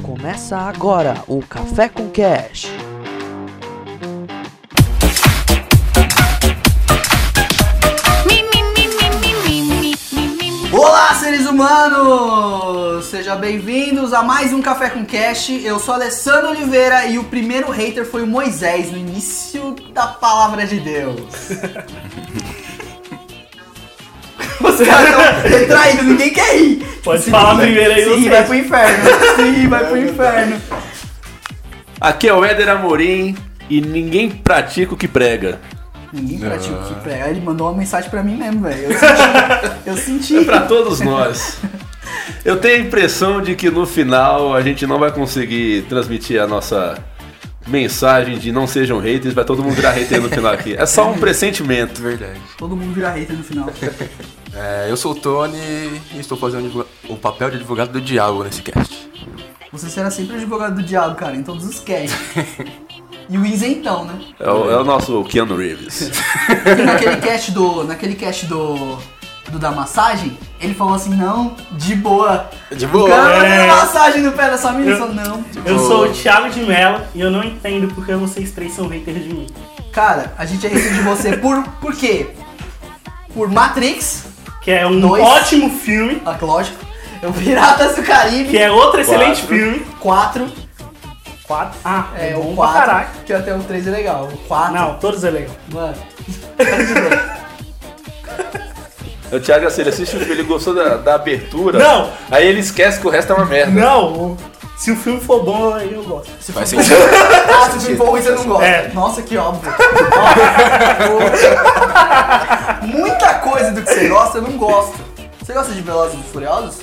Começa agora o Café com Cash. Olá, seres humanos! Sejam bem-vindos a mais um Café com Cash. Eu sou Alessandro Oliveira e o primeiro hater foi o Moisés no início da palavra de Deus. Os caras estão retraídos, ninguém quer rir. Pode falar primeiro aí, Se você. rir, vai pro inferno. Se rir, vai pro inferno. Aqui é o Éder Amorim e ninguém pratica o que prega. Ninguém pratica o que prega. Ele mandou uma mensagem pra mim mesmo, velho. Eu senti. Eu É senti. pra todos nós. Eu tenho a impressão de que no final a gente não vai conseguir transmitir a nossa mensagem de não sejam haters, vai todo mundo virar hater no final aqui. É só um pressentimento. Verdade. Todo mundo vira hater no final. É, eu sou o Tony e estou fazendo advoga- o papel de advogado do diabo nesse cast. Você será sempre o advogado do diabo, cara, em todos os casts. E o isentão, né? É o, é o nosso Keanu Reeves. E naquele cast do. Naquele cast do. Do da massagem, ele falou assim, não, de boa. De O boa, cara vai é. fazer massagem no pé dessa menina, Eu- falou, não. Eu sou o Thiago de Mello e eu não entendo porque vocês três são haters de mim. Cara, a gente é hater de você por. Por quê? Por Matrix, Que é um Dois. ótimo filme, ah, lógico. O Piratas do Caribe, que é outro excelente Quatro. filme. 4. Quatro. Ah, É, é, o bom pra 4. caraca. Que até o 3 é legal. O 4. Não, todos é legal. Mano. O Thiago, assim, ele assiste o filme, ele gostou da, da abertura. Não. Aí ele esquece que o resto é uma merda. Não, o- se o filme for bom, aí eu gosto. Se Faz for sentido. Ah, se for bom, você não gosta. É. Nossa, que óbvio. Nossa, Muita coisa do que você gosta, eu não gosto. Você gosta de Velozes e Furiosos?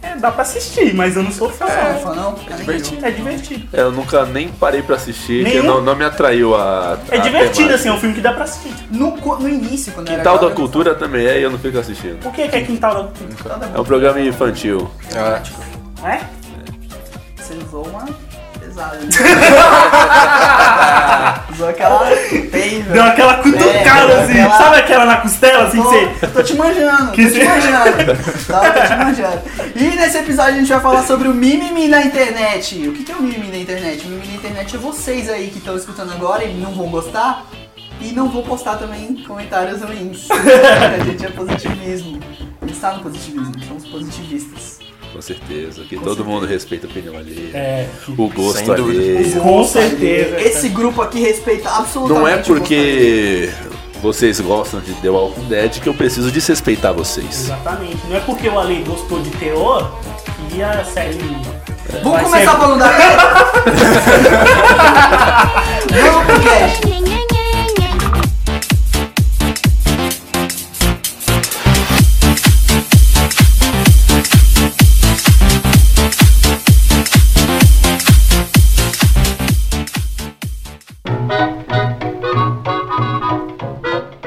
É, dá pra assistir, mas eu não sou fã. Não é não. fã, não? É divertido. É divertido. Eu nunca nem parei pra assistir, Nenhum. que não, não me atraiu a. É Ah, a divertido, temática. assim, é um filme que dá pra assistir. No, co- no início, quando era Quintal da jovem, Cultura também é e eu não fico assistindo. O que é que é quintal da cultura? Quintal da É um Cultura. programa infantil. É, É? Você usou uma pesada. né? usou aquela... Bem, velho. Deu aquela cutucada, É, assim. aquela- Sabe aquela na costela, assim, que Tô, você... tô te manjando, Que tô te se- manjando. Tá, tô te manjando. E nesse episódio a gente vai falar sobre o mimimi na internet. O que que é o mimimi na internet? O mimimi na internet é vocês aí que estão escutando agora e não vão gostar. E não vou postar também comentários ruins. a gente é positivismo. A gente tá no positivismo, somos positivistas. Com certeza, que todo mundo respeita a opinião alheia. É, O gosto Sem dúvida. alheio. com certeza. Esse grupo aqui respeita absolutamente Não é o gosto alheio. porque vocês gostam de The Walking Dead que eu preciso desrespeitar vocês. Exatamente. Não é porque o Ale gostou de teor que a série. Vamos Vai começar ser- falando da Vamos pro cast.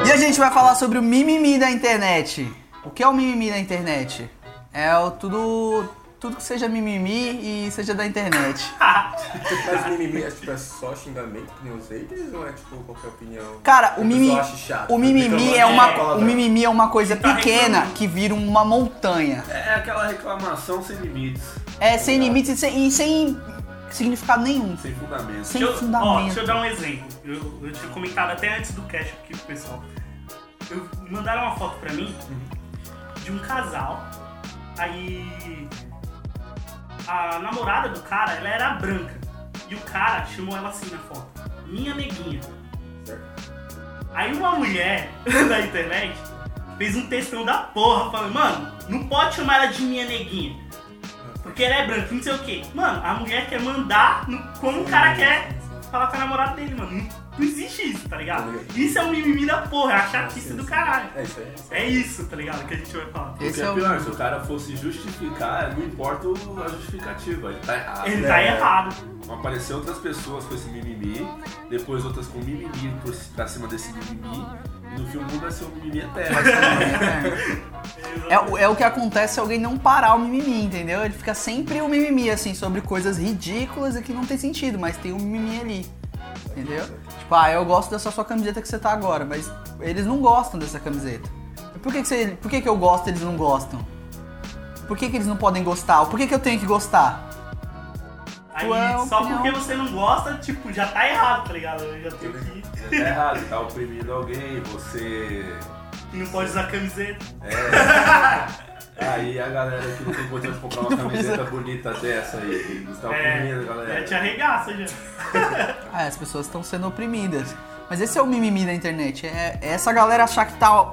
E a gente vai falar sobre o mimimi da internet. O que é o mimimi da internet? É o tudo, tudo que seja mimimi e seja da internet. Mas mimimi é tipo, é só xingamento que nem os haters ou é tipo qualquer opinião? Cara, o, Que a mimi, pessoa acha chato, Então, o mimimi reclamando é de uma, palavrão. o mimimi é uma coisa pequena que vira uma montanha. É aquela reclamação sem limites, É sem limites e sem, e sem significado nenhum. sem fundamento. Sem Deixa eu, ó, deixa fundamento. eu dar um exemplo. Eu, eu tinha comentado até antes do cast aqui pro pessoal. Eu, mandaram uma foto pra mim de um casal. Aí. A namorada do cara, ela era branca. E o cara chamou ela assim na foto: Minha neguinha. Aí uma mulher na internet fez um textão da porra falando: Mano, não pode chamar ela de minha neguinha. Porque ela é branca, não sei o quê. Mano, a mulher quer mandar no, como o cara quer falar com a namorada dele, mano. Não, não existe isso, tá ligado? Isso é um mimimi da porra, é a chatice do caralho. É isso aí. É isso, tá ligado? Que a gente vai falar. Esse é o. se o cara fosse justificar, não importa a justificativa, ele tá errado. Ele tá errado. Apareceu outras pessoas com esse mimimi, depois outras com mimimi por, pra cima desse mimimi, e no filme não vai ser um mimimi eterno. É, o- é o que acontece se alguém não parar o mimimi, entendeu? Ele fica sempre o mimimi, assim, sobre coisas ridículas e que não tem sentido, mas tem um mimimi ali. Entendeu? Tipo, ah, eu gosto dessa sua camiseta que você tá agora, mas eles não gostam dessa camiseta. Por que, que, você, por que, que eu gosto e eles não gostam? Por é um que, que eles não podem gostar? Ou por que, que eu tenho que gostar? Aí Tua só opinião. porque você não gosta, tipo, já tá errado, tá ligado? Eu já tenho que. Tá errado, tá oprimindo alguém, você. E não pode usar camiseta. Aí a galera que não tem condição de comprar uma camiseta é- bonita dessa aí, você tá oprimindo, É, galera. é, tipo te arregaça já. Ah, as pessoas estão sendo oprimidas. Mas esse é o mimimi da internet. É, é essa galera achar que tá.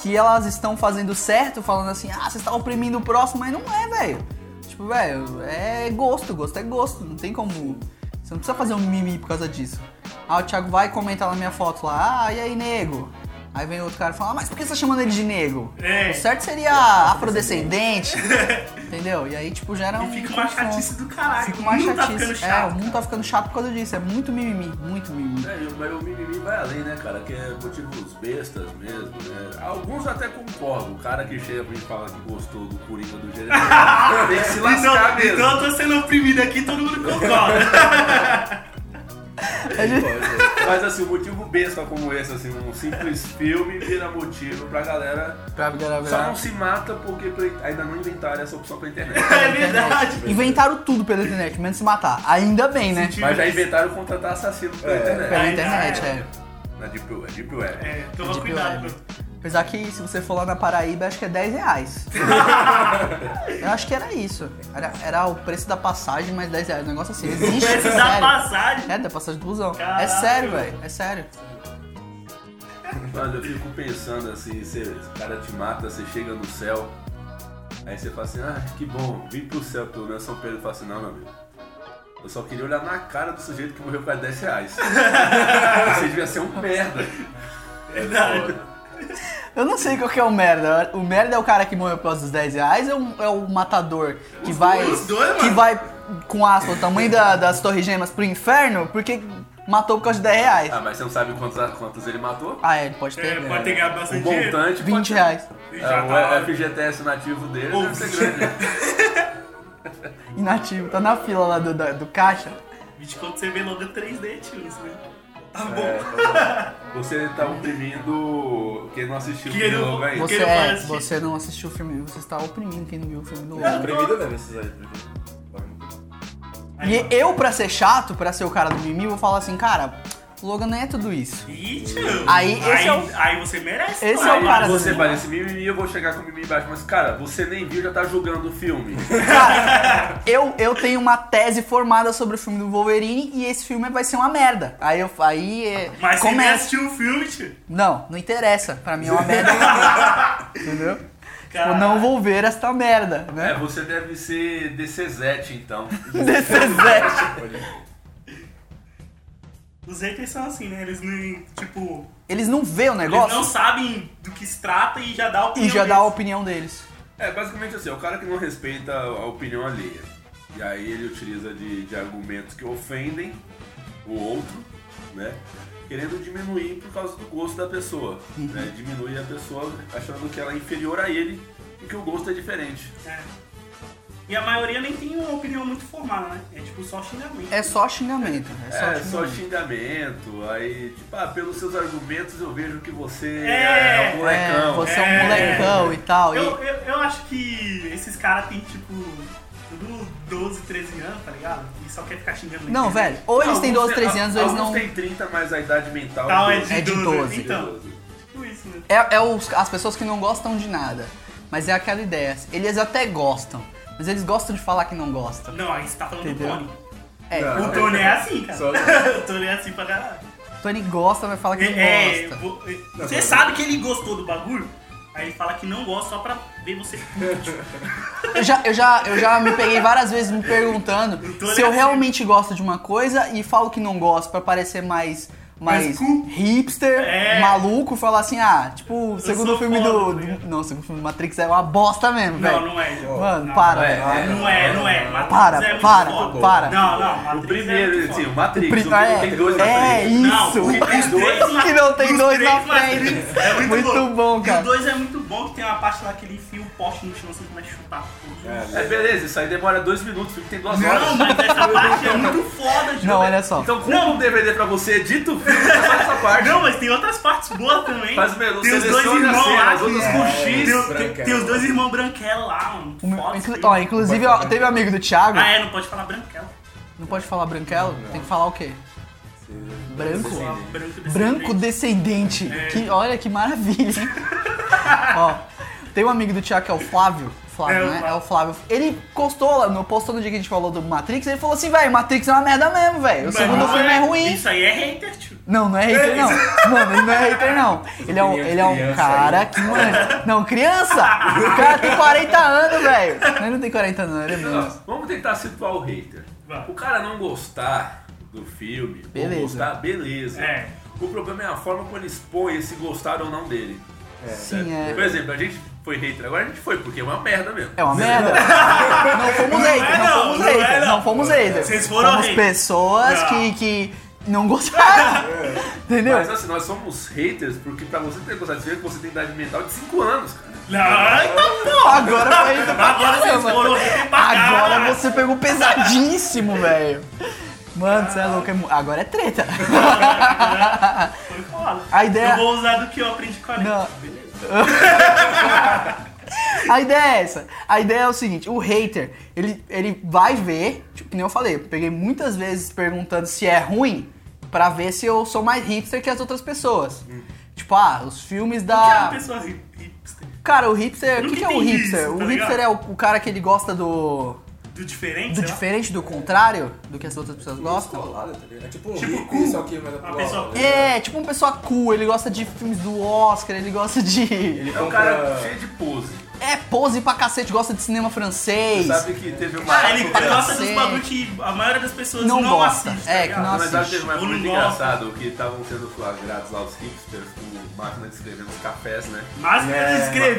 Que elas estão fazendo certo, falando assim, ah, você está oprimindo o próximo, mas não é, velho. Tipo, velho, é gosto, gosto é gosto. Não tem como. Você não precisa fazer um mimimi por causa disso. Ah, o Thiago vai e comenta lá minha foto lá, ah, e aí, nego? Aí vem outro cara e fala, ah, mas por que você tá chamando ele de nego? É. O certo seria afrodescendente. entendeu? E aí, tipo, gera um. E fica uma confronto. chatice do caralho. Fica uma Não tá chatice. ficando é, chato. o mundo tá ficando chato por causa disso. É muito mimimi, muito mimimi. É, e o- mas o mimimi vai além, né, cara? Que é motivos bestas mesmo, né? Alguns até concordam. O cara que chega pra mim e fala que gostou do Coringa do Jeremy tem que se lascar Então, mesmo. então eu tô sendo oprimido aqui, todo mundo concorda. Mas assim, um motivo besta como esse, assim, um simples filme vira motivo pra galera. Pra virar, Só não se mata porque pra- ainda não inventaram essa opção pra internet. é verdade. Inventaram tudo pela internet, menos se matar. Ainda bem, né? Mas já inventaram contratar assassino pela internet. Pela Aí, internet, é. é. Na Deep Web. Deep Web. É, É toma de cuidado. pior. mano. Apesar que se você for lá na Paraíba, acho que é 10 reais. Eu acho que era isso. Era, era o preço da passagem mais 10 reais. Um negócio assim. Existe, é Preço da sério. passagem. É, da passagem do busão. É Caralho. sério, velho. É sério. Mano, eu fico pensando assim, você, o cara te mata, você chega no céu, aí você fala assim, ah, que bom, vim pro céu pelo menos, São Pedro fala assim, não, meu amigo. Eu só queria olhar na cara do sujeito que morreu por 10 reais. você devia ser um merda. É Verdade. Eu não sei qual que é o merda. O merda é o cara que morreu por causa dos 10 reais ou é o matador que vai. dois, os dois, que mano. vai com aspas, o tamanho da- das torres gêmeas pro inferno porque matou por causa de 10 reais. Ah, mas você não sabe quantos, quantos ele matou? Ah, é, pode ter. É, pode ter ganhado Um bastante dinheiro. montante. pode- 20 reais. E É, já o tá- FGTS nativo dele Ou- deve ser grande. Inativo, tá na fila lá do, da- do caixa. 20 conto você vê logo 3D, tio. Isso, né? Tá bom. Você tá oprimindo quem não assistiu Que o ele- jogo ainda. Você, não é, assiste. você não assistiu o filme, você está oprimindo quem não viu o filme do É outro. oprimido mesmo esses aí. porque- E eu, pra ser chato, pra ser o cara do mimimi, vou falar assim, cara, o Logan não é tudo isso. Ih, tio. Aí, esse aí, é o- aí você merece. Esse mano. é o cara você do vai nesse mimimi, eu vou chegar com o mimimi embaixo. Mas, cara, você nem viu, já tá julgando o filme. Cara, eu, eu tenho uma tese formada sobre o filme do Wolverine e esse filme vai ser uma merda. Aí eu aí é, Mas você nem começa. assistiu o filme, tio. Não, não interessa. Pra mim é uma merda. Entendeu? Eu Cara, Tipo, não vou ver esta merda, É, né? você deve ser DCZete, então. This is it. Os haters são assim, né? Eles não. Tipo. Eles não vê o Eles não negócio sabem do que se trata e já dá a opinião. e já dá a deles. opinião deles. É, basicamente assim, é o cara que não respeita a opinião alheia. E aí ele utiliza de, de argumentos que ofendem o outro, né? Querendo diminuir por causa do gosto da pessoa. Né? Diminui a pessoa achando que ela é inferior a ele e que o gosto é diferente. É. E a maioria nem tem uma opinião muito formada, né? É tipo só xingamento. É só xingamento. É só, É, xingamento. só xingamento, aí, tipo, ah, pelos seus argumentos eu vejo que você é, É, um É, molecão. você é, um É. molecão e tal. e- Eu, eu, eu acho que esses caras têm, tipo, tudo 12, 13 anos, tá ligado? E só quer ficar xingando. na Não, internet. velho, ou eles têm 12, Alguns 13 anos, ou eles alguns não. têm 30, mas a idade mental Tal é é de, É de 12. 12. Então, 12. tipo isso, né? É, é os- as pessoas que não gostam de nada. Mas é aquela ideia. Eles até gostam, mas eles gostam de falar que não gostam. Não, aí você tá falando Entendeu? do Tony. É, O Tony é assim, cara. Só- o Tony é assim pra caralho. o Tony gosta, mas fala que não É, é, gosta. vo- é, você sabe que ele gostou do bagulho, aí ele fala que não gosta só pra ver você. Eu já, eu, já, eu já me peguei várias vezes me perguntando Tony se eu é assim. realmente gosto de uma coisa e falo que não gosto pra parecer mais. Mais Mais cool. hipster, É. maluco, falar assim, ah, tipo, o segundo sou filme foda, do, tá ligado? do. Não, o segundo filme do Matrix é uma bosta mesmo, Não, velho. não é. João. Mano, Não, para, não é, velho. não é. Não é, não é. Matrix Para, é muito para, foda. para. Não, não. O Matrix é primeiro, muito assim, o foda. Matrix, Pri- o primeiro é, tem dois na é frente. isso. Não, o que tem dois O que na- não tem os dois na três na frente. frente. É muito muito bom. bom, E o cara. 2 é muito bom, que tem uma parte lá que ele enfia o poste no chão, você começa a chutar. tudo. É, beleza, isso aí demora dois minutos, o filme tem duas Não, horas. mas essa parte é muito foda, Não, João. olha só. Então compra um DVD pra você, edita o filme, só faz essa parte. Não, mas tem outras partes boas também. Faz o menu, Tem os dois seleciona irmãos as cenas, lá. que- é, outras com X. Tem o- tem, Branquelo. tem os né? dois irmãos branquela lá, mano. O meu- Foda. inclu- isso ó, aí. é? inclusive, ó, teve um amigo do Thiago. Ah, é, não pode falar branquela. Não pode falar branquelo? Tem que falar o quê? Branco? Pessoal branco descendente. Branco descendente. É. Que, olha que maravilha, hein? Ó, tem um amigo do Tiago que é o Flávio. Flávio, É, o né? Flávio. É o Flávio. Ele postou lá, no, postou no dia que a gente falou do Matrix, ele falou assim, velho, Matrix é uma merda mesmo, velho. O Mas segundo não filme é ruim. Isso aí é hater, tio. Não, não é hater, não. Mano, ele não é hater, não. Ele é um, ele é um Criança cara aí. que, mano. Não, criança? O cara tem 40 anos, velho. Ele não tem 40 anos, ele é menos. Não, Vamos tentar situar o hater. Vai. O cara não gostar do filme, Beleza. ou gostar, beleza. É. O problema é a forma como ele expõe esse gostar ou não dele. Sim, certo? é. Por exemplo, a gente foi hater, agora a gente foi, porque é uma merda mesmo. É uma merda. Não fomos Não é haters, não, não, fomos não é haters, não. não. fomos haters. Vocês foram Fomos haters. pessoas Não. É. que, que não gostaram. Entendeu? Mas assim, nós somos haters porque pra você ter gostado de filme, você tem idade mental de 5 anos, cara. Não, então Pô, Agora foi hater pra Agora vocês caramba. foram hater pra Agora caralho. você pegou pesadíssimo, velho. Mano, você é louco. é mu- Agora é treta. foi foda. A ideia- Eu vou usar do que eu aprendi com a Não. gente. Beleza. A ideia é essa. A ideia é o seguinte, o hater, ele, ele vai ver, tipo, que nem eu falei, eu peguei muitas vezes perguntando se é ruim pra ver se eu sou mais hipster que as outras pessoas. Tipo, ah, os filmes O que é uma da... pessoa hi- hipster? Cara, o hipster, o Eu que, que é nunca o entendi hipster? isso, tá o hipster ligado? é o, o cara que ele gosta do... Do diferente? do sei lá. diferente, do contrário, do que as outras pessoas gostam. Colada, tá ligado? É tipo um Tipo hippie, cu. só que mais Uma atual, pessoa- né? É, tipo um pessoa cool, ele gosta de filmes do Oscar, ele gosta de... É um cara cheio de pose. É, pose pra cacete, gosta de cinema francês. Sabe que teve uma. Ah, ele época- gosta Cacete. dos bagulho que a maioria das pessoas Não não, gosta. assiste. É, tá que ligado? não Na verdade, assiste. teve uma Ou época não muito gosta. engraçado que estavam sendo flagrados lá os hipsters com máquina de escrever nos cafés, né? Mas pra ele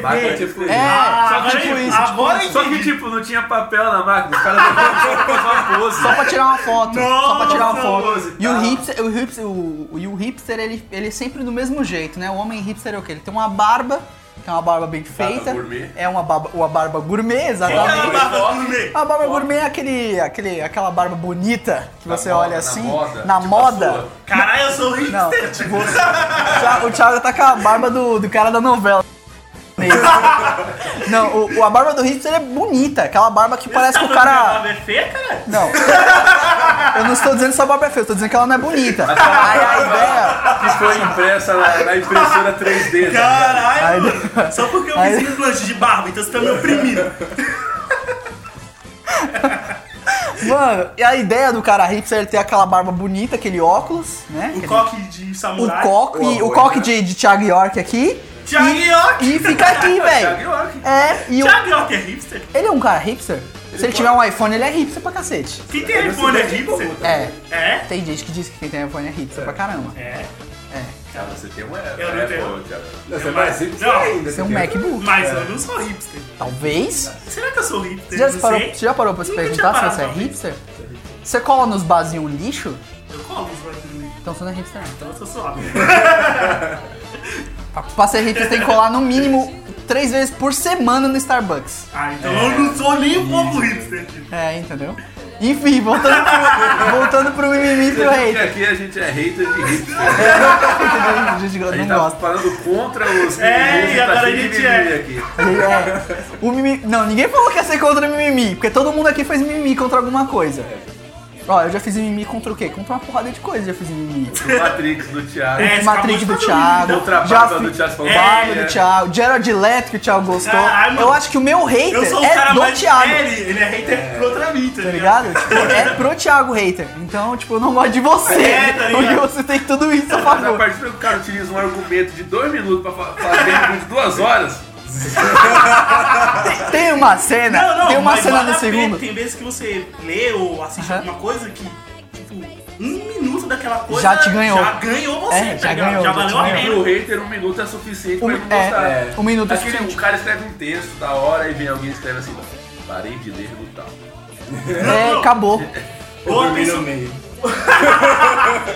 Vai, vai, escrever. tipo, É, Ah, só agora tipo eu- isso. agora tipo, eu Só que, tipo, não tinha papel na máquina, os caras levantaram pose. Só pra tirar uma foto. só pra tirar uma Nossa, foto. Rose, E o tá. hipster, o hipster, o, o- e o hipster ele, ele é sempre do mesmo jeito, né? O homem hipster é o quê? Ele tem uma barba, que é uma barba bem Barba feita. gourmet. É uma barba, uma barba gourmet, Quem é a exatamente. barba gourmet? A barba gourmet é aquele, aquele, aquela barba bonita que Na você moda, olha na assim, moda, na tipo a moda. sua. Caralho, eu sou hipster. Não, você, o Thiago- o Thiago tá com a barba do, do cara da novela. Não, o- o- a barba do hipster é bonita, aquela barba que parece que o tá Sabe minha Tipo, cara. barba é feia, cara? Não. Eu não estou dizendo que sua barba é feia, eu estou dizendo que ela não é bonita. Aí a ideia. Que foi impressa na, na impressora Aí- 3D. tá? Caralho, mano. Só porque eu Aí- fiz implante de barba, então você tá me oprimindo. Mano, e a ideia do cara hipster é ele ter aquela barba bonita, aquele óculos, né? O Aquele- coque de o samurai. coque, e- o coque de, de Thiago York aqui. né? Thiago E- York. E fica aqui, Thiago velho. York. É, e o, Thiago York é hipster? ele é um cara hipster? Se ele tiver um iPhone, ele é hipster pra cacete. Quem tem iPhone é hipster? É, É? tem gente que diz que quem tem iPhone é hipster pra caramba. É. Cara, você tem né? uma. Eu não tenho. Não, você é Mas- mais hippie não. ainda. Tem um você quer- MacBook. Mas eu não sou hipster. Talvez. Será que eu sou Você hipster? já, Não se parou, sei. você já parou pra se Tá. Nunca tinha perguntar se parado, você é talvez. hipster? Você cola nos barzinhos lixo? Eu colo os bagulhos. Então você não é hipster não. Então eu sou suave. Pra- Pra ser hipster tem que colar no mínimo três vezes por semana no Starbucks. Ah, então eu não sou nem um pouco hipster. tio. É, entendeu? Enfim, voltando pro, voltando pro mimimi e pro Porque hater. aqui a gente é hater de hipster. A gente A gente tá não tava gosta. falando contra os É, meninos, e agora tá a cheio de gente é. mimimi aqui. É, o mimimi, não, ninguém falou que ia ser contra o mimimi, porque todo mundo aqui fez mimimi contra alguma coisa. Ó, eu já fiz mimimi contra o quê? Contra uma porrada de coisa eu já fiz mimimi. Do Matrix, do Thiago. É, Matrix acabou de do fazer um Thiago. Outra barba já fi- do Thiago falou, Barba "Olha". do Thiago. Gerard Leto que o Thiago gostou. Caralho, mano. eu acho que o meu hater Eu sou o é cara do mais. Thiago. É, Ele, ele é hater contra mim, tá Tá ligado? ligado? Tipo, é pro Thiago hater. Então, tipo, eu não gosto de você. É, tá porque ligado? você tem tudo isso a Mas a favor. partir do que o cara utiliza um argumento de dois minutos pra fa- fazer um de duas horas, Tem uma cena. Não, não, tem uma mas cena vale no a pena. segundo. Tem vezes que você lê ou assiste Aham. alguma coisa que, tipo, um minuto daquela coisa Já te ganhou. Já ganhou você, É, tá já ligado? ganhou, já já te valeu a ganhou. pena. pro hater um minuto é suficiente pra Um- ele não gostar. é, um minuto é Aquele, suficiente. O cara escreve um texto da hora e vem alguém e escreve assim, parei de ler no tal. É, acabou. Eu Outra dormi no pessoa- meio.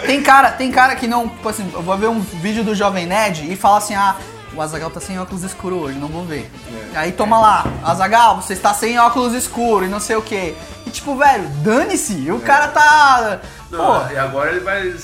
Tem cara, tem cara que não. Tipo assim, eu vou ver um vídeo do Jovem Nerd e fala assim, ah. O Azagal tá sem óculos escuro hoje, não vou ver. Aí toma lá, Azagal, você está sem óculos escuro e não sei o que. E tipo, velho, dane-se, o cara tá. Não, Pô, E agora ele vai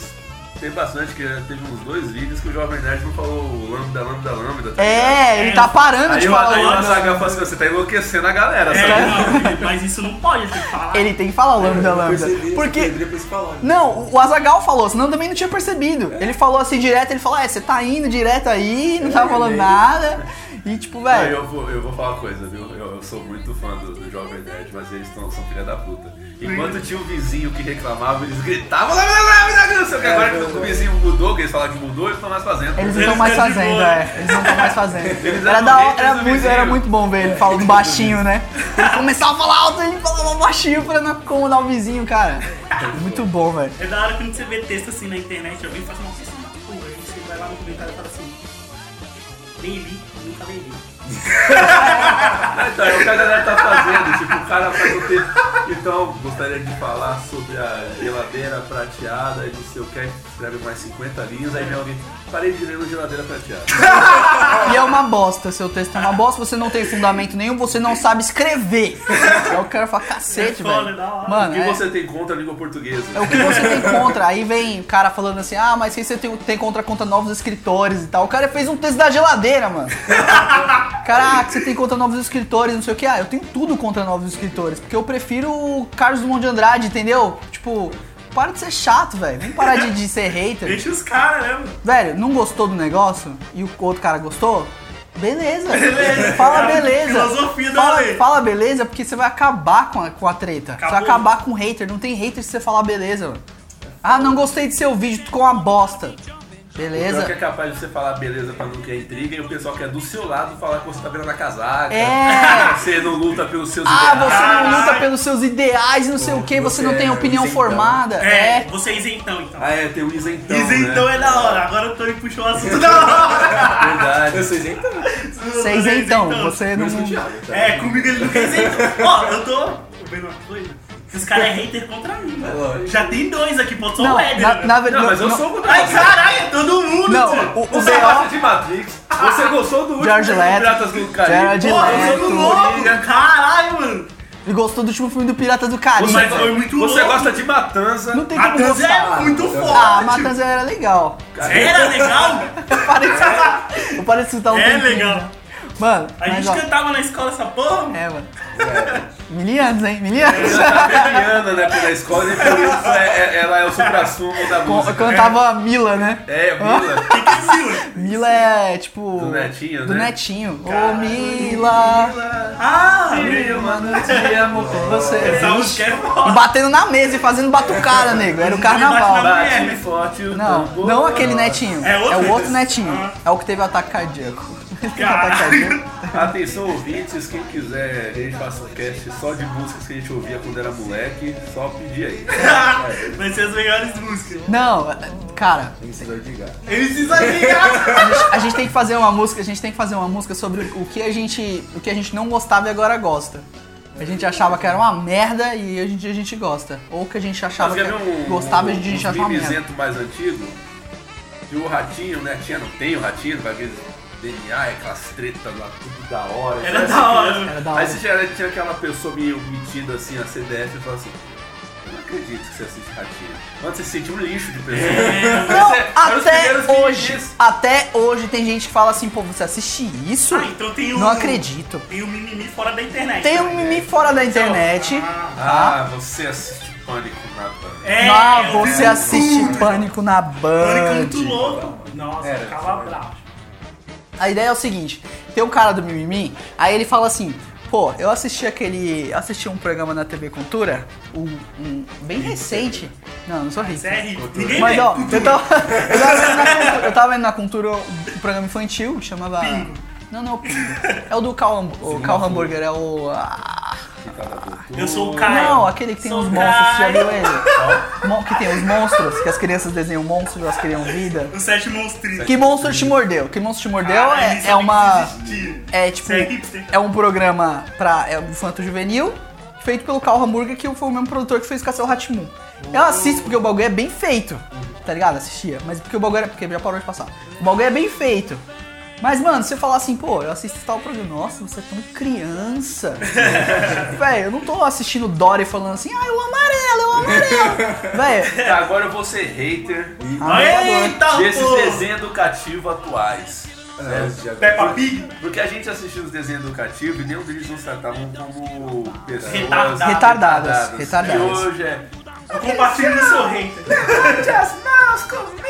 Tem bastante, que teve uns dois vídeos que o Jovem Nerd não falou lambda, lambda, lambda. tá ligado? É, ele tá parando Aí, de o- falar. aí o lambda. Azaghal fala assim, você tá enlouquecendo a galera, É, sabe? não, mas isso não pode, tem que falar. Ele tem que falar É, lambda, lambda. Percebi, Porque percebi pra isso falar. Não, o Azagal falou, senão eu também não tinha percebido. É. Ele falou assim direto, ele falou, é, você tá indo direto aí, não É, tá falando né? nada. E tipo, Não, velho. eu, vou, eu vou falar uma coisa, viu? Eu, eu sou muito fã do, do Jovem Nerd, mas eles tão, são filha da puta. Enquanto tinha um vizinho que reclamava, eles gritavam lá, lá, lá, lá, lá, lá", só que agora que o vizinho mudou, que eles falaram que mudou, eles estão mais Eles fazendo. não Eles estão mais estão de fazendo, boa. é. Eles não estão mais Eles fazendo. Era, eram da hora, haters era, do muito, era vizinho. muito bom ver ele falando baixinho, né? Ele começava a falar alto, ele falava baixinho pra não incomodar o vizinho, cara. Muito bom, velho. É da hora quando você vê texto assim na internet, alguém faz uma coisa uma porra, aí você vai lá no comentário e fala assim, nem li, nunca nem li. Ah, Então, é o que a galera tá fazendo, tipo, o cara faz o texto. Então, gostaria de falar sobre a geladeira prateada e não sei o que, aí escreve mais 50 linhas, aí vem alguém, parei de ler no geladeira prateada. E é uma bosta, seu texto é uma bosta, você não tem fundamento nenhum, você não sabe escrever. É o cara fala, cacete, É foda, velho. é da hora. Mano, O que é- você tem contra a língua portuguesa? É o que você tem contra. Aí vem o cara falando assim, ah, mas quem você tem, tem contra contra novos escritores e tal. O cara fez um texto da geladeira, mano. Caraca, você tem contra novos escritores, não sei o que. Ah, eu tenho tudo contra novos escritores, porque eu prefiro o Carlos Dumont de Andrade, entendeu? Tipo, para de ser chato, velho. Vamos parar de, de ser hater. Deixa os caras, né, mano? Velho, não gostou do negócio e o outro cara gostou? Beleza. Fala beleza. É Filosofia da fala, lei. fala beleza, porque você vai acabar com a, com a treta. Você vai Acabou. acabar com o hater. Não tem hater se você falar beleza, mano. Ah, não gostei do seu vídeo, ficou uma bosta. Pior que é Beleza? capaz de você falar beleza pra não criar intriga e o pessoal que é do seu lado falar que você tá virando a casaca. É. que Você não luta pelos seus Ah, ideais. você não luta Caralho. pelos seus ideais, não sei o que, você você não tem é opinião isentão. formada. É, É. você é isentão, então. Ah, é, tem o isentão. isentão né? é da hora, agora o Tony puxou o assunto da hora. Verdade. Eu sou isentão. Você é isentão, você não. Menos que o Thiago, tá? É, comigo ele nunca é isentão. Ó, eu tô vendo uma coisa, que os caras é hater contra mim, mano. lógico. Já tem dois aqui, pô, só Não, o Éder. na, né? na verdade. Não, mas eu não- sou contra Ai, você. caralho, é todo mundo, Não, tio. o, o Você gosta B.O. de Matrix? Você gostou do último George filme Leto. Piratas do Gerard Caribe? Porra, Leto. eu sou do louco, é é caralho, mano. Ele gostou do último filme do Pirata do Caribe. Você, Mas foi muito você louco. gosta de Matanza? Não tem como Matanza gostar. é muito forte. Ah, Matanza era legal. Era legal? Eu parei de escutar. Eu parei de escutar um É tempinho. legal. né? Mano, A mas, gente ó, cantava na escola essa porra. É, mano. Mil anos, hein? Mil anos. Mariana, né, pela escola e por isso é- é- ela é o supra-sumo da Eu música. cantava Mila, né? É, Mila. O que que é Mila? Mila é tipo. Do Netinho, Do né? Netinho. Ô, Mila, Ah, Mila, não te amo. você. essa música é E foda. batendo na mesa e fazendo batucada, nego. Era o carnaval. na- Bate forte o é Não, tambor. não aquele netinho. É outro? o outro netinho. Ah. É o que teve o ataque cardíaco. Ele teve Caralho. ataque cardíaco. Atenção ouvintes, quem quiser que a gente faça um cast só de músicas que a gente ouvia quando era moleque, só pedir aí. Ah, Vai ser as melhores músicas. Não, cara, Incisor de gato. Eles exageraram. a gente tem que fazer uma música, a gente tem que fazer uma música sobre o que a gente, o que a gente não gostava e agora gosta. A gente achava que era uma merda e hoje em dia a gente gosta. Ou que a gente achava que Mas quer ver um, gostava e hoje em um, dia a gente achava um uma merda. mimizento mais antigo? Que o ratinho, né? Tinha, não tem o ratinho, vai ver DNA, é aquelas tretas lá, tudo da hora. Era Parece da criança. hora. Era da hora. Aí você já tinha aquela pessoa meio metida assim, a CDF, e fala assim. Eu não acredito que você assiste ratinho. Mano, você se sente um lixo de pessoa. É. Não, Você- é- era os um primeiros até hoje, mimizes. até hoje tem gente que fala assim, pô, você assiste isso? Ah, então tem um... Não acredito. Tem um mimimi fora da internet. Tem um mimimi fora da Então, internet. Ah, você assiste pânico na banda. É, ah, eu você vi um assiste Pânico na Pânico Band. muito louco. Nossa, É. Era, ficava era. bravo. A ideia é o seguinte, tem um cara do Mimimi, aí ele fala assim, pô, eu assisti aquele. assisti um programa na TV Cultura, um, um- bem recente. Não, não sou rico. Sério, é ninguém Mas vê. ó, eu tava, eu tava vendo na Cultura, eu tava vendo na Cultura um programa infantil que chamava. Pingo. Não, não é o Pingo. É o do Cal, o Cal Hamburger, é o. ah, Eu sou o Caio. não, aquele que tem Sou os o monstros, você já Caio. viu ele? Mon- que tem os monstros, que as crianças desenham monstros, elas criam vida. O Sete Monstrinhos. Que monstro te mordeu? Que monstro te mordeu Caralho, é, isso é nem uma. existia. É tipo, Você é hipster. é um programa pra é um infanto juvenil feito pelo Carl Hamburger, que foi o mesmo produtor que fez Castelo Ratimun. Eu assisto porque o bagulho é bem feito, tá ligado? Assistia, mas porque o bagulho era. Porque já parou de passar. O bagulho é bem feito. Mas, mano, se eu falar assim, pô, eu assisto tal programa, nossa, você é tão criança. Véi, eu não tô assistindo Dory falando assim, ah, o amarelo, é o amarelo, Véi, É, Agora eu vou ser hater Ah, Eita, desses pô! desenhos educativos atuais. né? É, já- Peppa Pig? Porque a gente assistiu os desenhos educativos e nenhum deles nos tratavam como pessoas Retardados. Retardadas, E retardadas. hoje é. Eu compartilho do seu hater. As mãos comigo!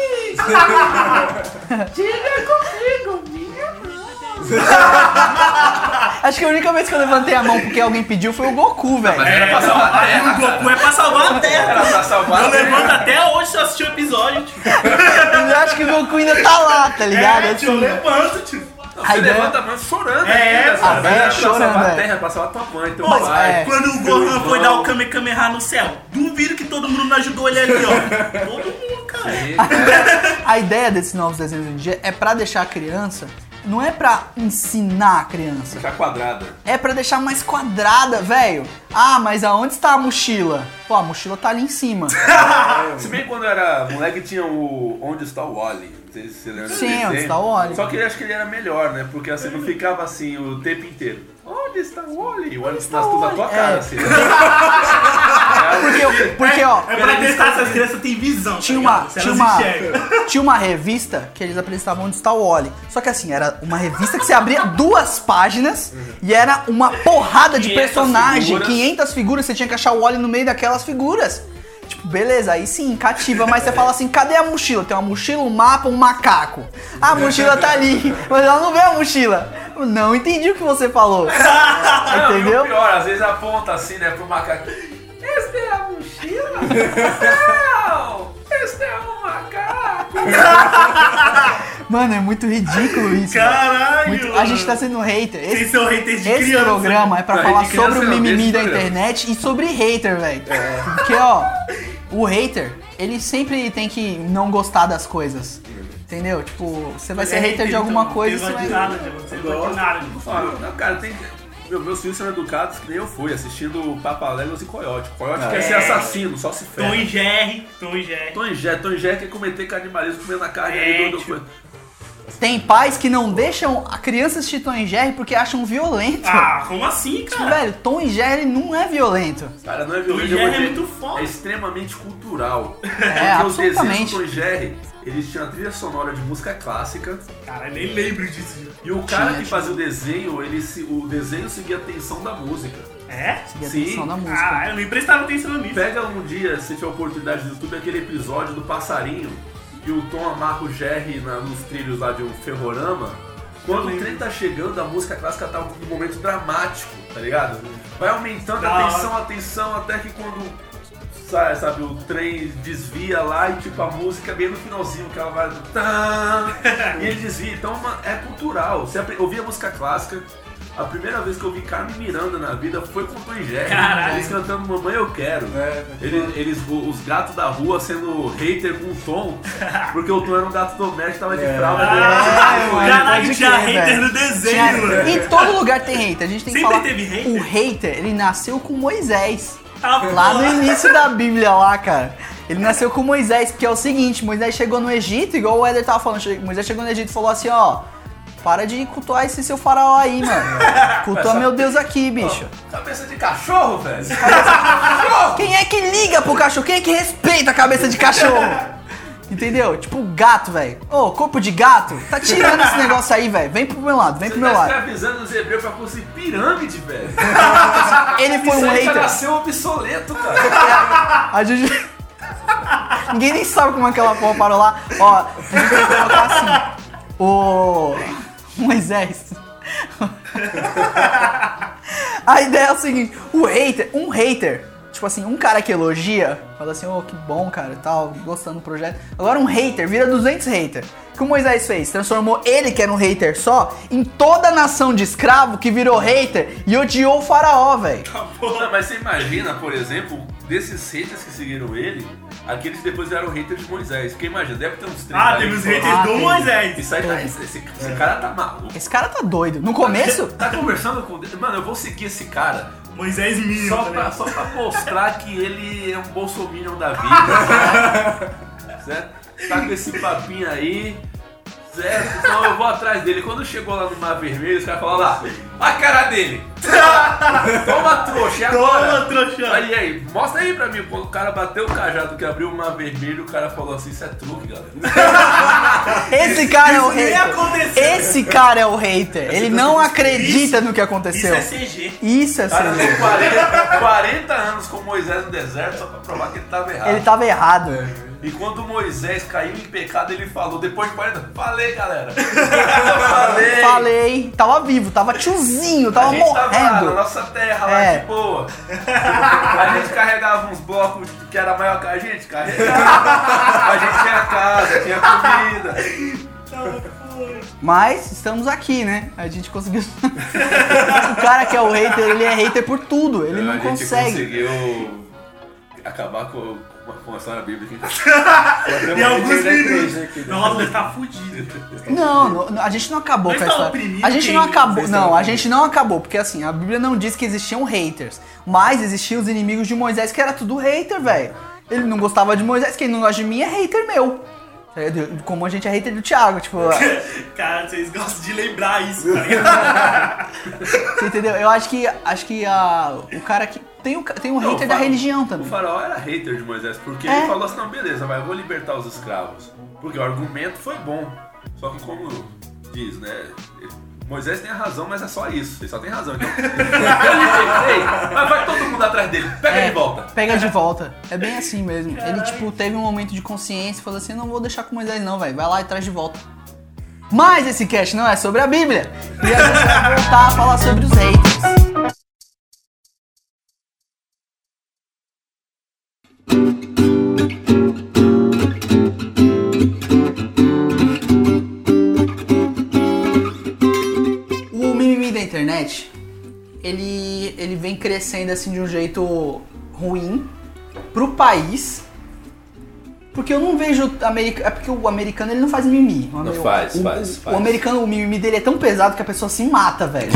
Acho que a única vez que eu levantei a mão porque alguém pediu foi o Goku, velho. Mas era pra salvar a Aí terra. o Goku é pra salvar a terra. Era pra salvar Eu a terra. levanto até hoje se eu assistir o episódio, tio. Eu acho que o Goku ainda tá lá, tá ligado? É, tio, eu Assim, levanto, tio. Você ideia- levanta a mão chorando. É, ainda, a sabe? velha Era pra chorando, salvar velho. a terra, pra salvar tua mãe, teu Mas, pai. é. Quando o Gohan foi dar o Kame Kame Ra no céu, duvido que todo mundo não ajudou ele ali, ó. Todo mundo, cara. a ideia desses novos desenhos hoje em dia é pra deixar a criança, não é pra ensinar a criança, Ficar quadrada. é pra deixar mais quadrada, velho. Ah, mas aonde está a mochila? Pô, a mochila tá ali em cima. Ah, Se bem que quando eu era moleque tinha o Onde Está o Wally. Não sei se você lembra desse Sim, Onde desenho. Está o Wally. Só que eu acho que ele era melhor, né? Porque assim, não ficava assim o tempo inteiro. Onde está o Wally? O Wally está está o na tua Wally? cara, É. assim. Porque, eu- porque ó, É pra testar se as crianças têm visão. Tinha tá uma, ligado? Se tinha, elas uma, enxergam. tinha uma revista que eles apresentavam onde está o Wally. Só que assim, era uma revista que você abria duas páginas e era uma porrada de 500 personagem, figuras. 500 figuras, você tinha que achar o Wally no meio daquelas figuras. Tipo, beleza, aí sim, cativa, mas você fala assim, cadê a mochila? Tem uma mochila, um mapa, um macaco. A mochila tá ali, mas ela não vê a mochila. Eu Não entendi o que você falou. Não, e o Entendeu? pior, às vezes aponta assim, né, pro macaco. Esta é a mochila? Não! Este é o macaco! Mano, é muito ridículo isso. mano. Caralho! Muito- a gente tá sendo hater. Esse- Tem seu hater de Esse criança. programa é pra Não, falar de criança sobre o não, mimimi desse da programa. internet e sobre hater, velho. É. Porque, ó, o hater, ele sempre tem que não gostar das coisas. Entendeu? Tipo, você vai ser hater de alguma coisa e É, então, Não você gosta de vai. nada, tio. Você não gosta de nada. tio. Mano, não, cara, tem que- Meu, meus filhos são educados que nem eu fui, assistindo Papa Legos e Coyote. Coyote É. quer ser assassino, só se ferra. Tom e Jerry, Tom e Jerry. Tom e Jerry, Tom e Jerry quer cometer canibalismo comendo a carne É, ali do, do tio. coisa. Tem pais que não deixam a criança assistir Tom e Jerry porque acham violento. Ah, como assim, Tipo, cara? velho, Tom e Jerry não é violento. Cara, não é Tom e violento, Jerry é mas muito é foda. extremamente cultural. É, Porque os desenhos absolutamente. do Tom e Jerry, eles tinham a trilha sonora de música clássica. Cara, eu nem lembro disso. tio. E o cara Tinha, que fazia o desenho, ele se, o desenho seguia a tensão da música. É? E Sim. atenção na música. Ah, eu nem prestava atenção nisso. Pega um dia, se tiver oportunidade no YouTube, aquele episódio do passarinho que o Tom amarra o Jerry na- nos trilhos lá de um ferrorama. Quando o trem tá chegando, a música clássica tá num momento dramático, tá ligado? Vai aumentando a Da tensão, a tensão, até que quando sa- sabe, o trem desvia lá e tipo a música bem no finalzinho, que ela vai. Tã, e ele desvia. Então uma- é cultural. Você apre- ouvia música clássica. A primeira vez que eu vi Carmen Miranda na vida foi com o Tom e Jerry. Caralho. Eles cantando Mamãe Eu Quero. É, Eles, eles- o- os gatos da rua sendo hater com o Tom, porque o Tom era um gato doméstico, tava de É. fralda. É, mano, Ah, Caralho, pode tinha crer, hater velho. no desenho, Tinha- mano. Em todo lugar tem hater. A gente tem que Sempre falar. teve hater? O hater, ele nasceu com Moisés. Ah, Lá porra. no início da Bíblia, lá, cara. Ele nasceu com Moisés, porque é o seguinte: Moisés chegou no Egito, igual o Éder tava falando. che- Moisés chegou no Egito e falou assim: ó, para de cultuar esse seu faraó aí, mano. Cultua meu Deus aqui, bicho. Cabeça de cachorro, velho. Quem é que liga pro cachorro? Quem é que respeita a cabeça de cachorro? Entendeu? Tipo gato, velho. Ô, corpo de gato, tá tirando esse negócio aí, velho. Vem pro meu lado, vem pro Você meu tá lado. escravizando os hebreus pra conseguir pirâmide, velho. Ele foi Isso um aí já hater. nasceu obsoleto, cara. A Juju. Ninguém nem sabe como aquela porra parou lá. Ó, a gente tem que colocar assim. O. um Moisés. A ideia é o seguinte: o hater, um hater, tipo assim, um cara que elogia, fala assim, ô, que bom, cara, e tal, gostando do projeto. Agora um hater vira 200 hater. O que o Moisés fez? Transformou ele, que era um hater só, em toda a nação de escravo que virou hater e odiou o faraó, velho. Não, mas você imagina, por exemplo, desses haters que seguiram ele, aqueles que depois eram haters de Moisés. Porque imagina, deve ter uns 30 Ah, aí teve os que haters falaram, Ah, do tem. Moisés. Isso aí tá, esse, esse- esse cara tá maluco. Esse cara tá doido. É. No começo, Tá conversando com Deus. Mano, eu vou seguir esse cara. "Ah, Moisés Miro, Só tá pra, ligado? só pra mostrar que ele é um bolsominion da vida, certo? Tá com esse papinho aí. Zé, então eu vou atrás dele. Quando chegou lá no Mar Vermelho, os caras falaram lá, a cara dele. Toma trouxa, é agora. Toma, trouxa. Aí, aí, mostra aí pra mim, quando o cara bateu o cajado que abriu o Mar Vermelho, o cara falou assim, isso é truque, galera. Esse cara é o nem hater. aconteceu. Esse cara é o hater. Ele tá não acredita no que aconteceu. Isso é CG. Isso é Cara, tem ser. 40, 40 anos com Moisés no deserto só pra provar que ele tava errado. Ele tava errado. E quando Moisés caiu em pecado, ele falou, depois de 40, falei, galera. falei. Falei, tava vivo, tava tiozinho, A tava gente tava na morrendo. nossa terra lá É. de boa. A gente carregava uns blocos que era maior que a gente, carregava. A gente tinha casa, tinha comida. Tá Mas estamos aqui, né? A gente conseguiu. o cara que é o hater, ele é hater por tudo. Ele É, Então, a não gente consegue. conseguiu acabar com, com a- com a história bíblica. Em alguns minutos. aqui, né? Nossa, ele tá fudido. Não, não, a gente não acabou Mas com a tá história. oprimindo A gente quem? não acabou. Vocês estão Não, a oprimindo. gente não acabou, porque assim, a Bíblia não diz que existiam haters, mas existiam os inimigos de Moisés que era tudo hater, velho. Ele não gostava de Moisés, quem não gosta de mim é hater meu. Entendeu? Como a gente é hater do Thiago, tipo, você Cara, vocês gostam de lembrar isso, tá ligado? entendeu? Eu acho que acho que a, o cara que tem o ca- tem um Não, hater o da faraó- religião O também. faraó era hater de Moisés, porque É. ele falou assim, não, beleza, vai, eu vou libertar os escravos. Porque o argumento foi bom. Só que como diz, né? Moisés tem a razão, mas é só isso. Ele só tem razão. Então, eu libertei, mas vai todo mundo atrás dele. Pega É, ele de volta. Pega de volta. É bem assim mesmo. Ele, tipo, teve um momento de consciência e falou assim: não vou deixar com Moisés, não, velho. Vai lá e traz de volta. Mas esse cast não é sobre a Bíblia. E a gente vai voltar a falar sobre os haters. O mimimi da internet, ele, ele vem crescendo assim de um jeito ruim pro país. Porque eu não vejo. America... É porque o americano ele não faz mimimi. O Não, amer- faz, o- faz, o- faz. O americano, o mimimi dele é tão pesado que a pessoa se mata, velho.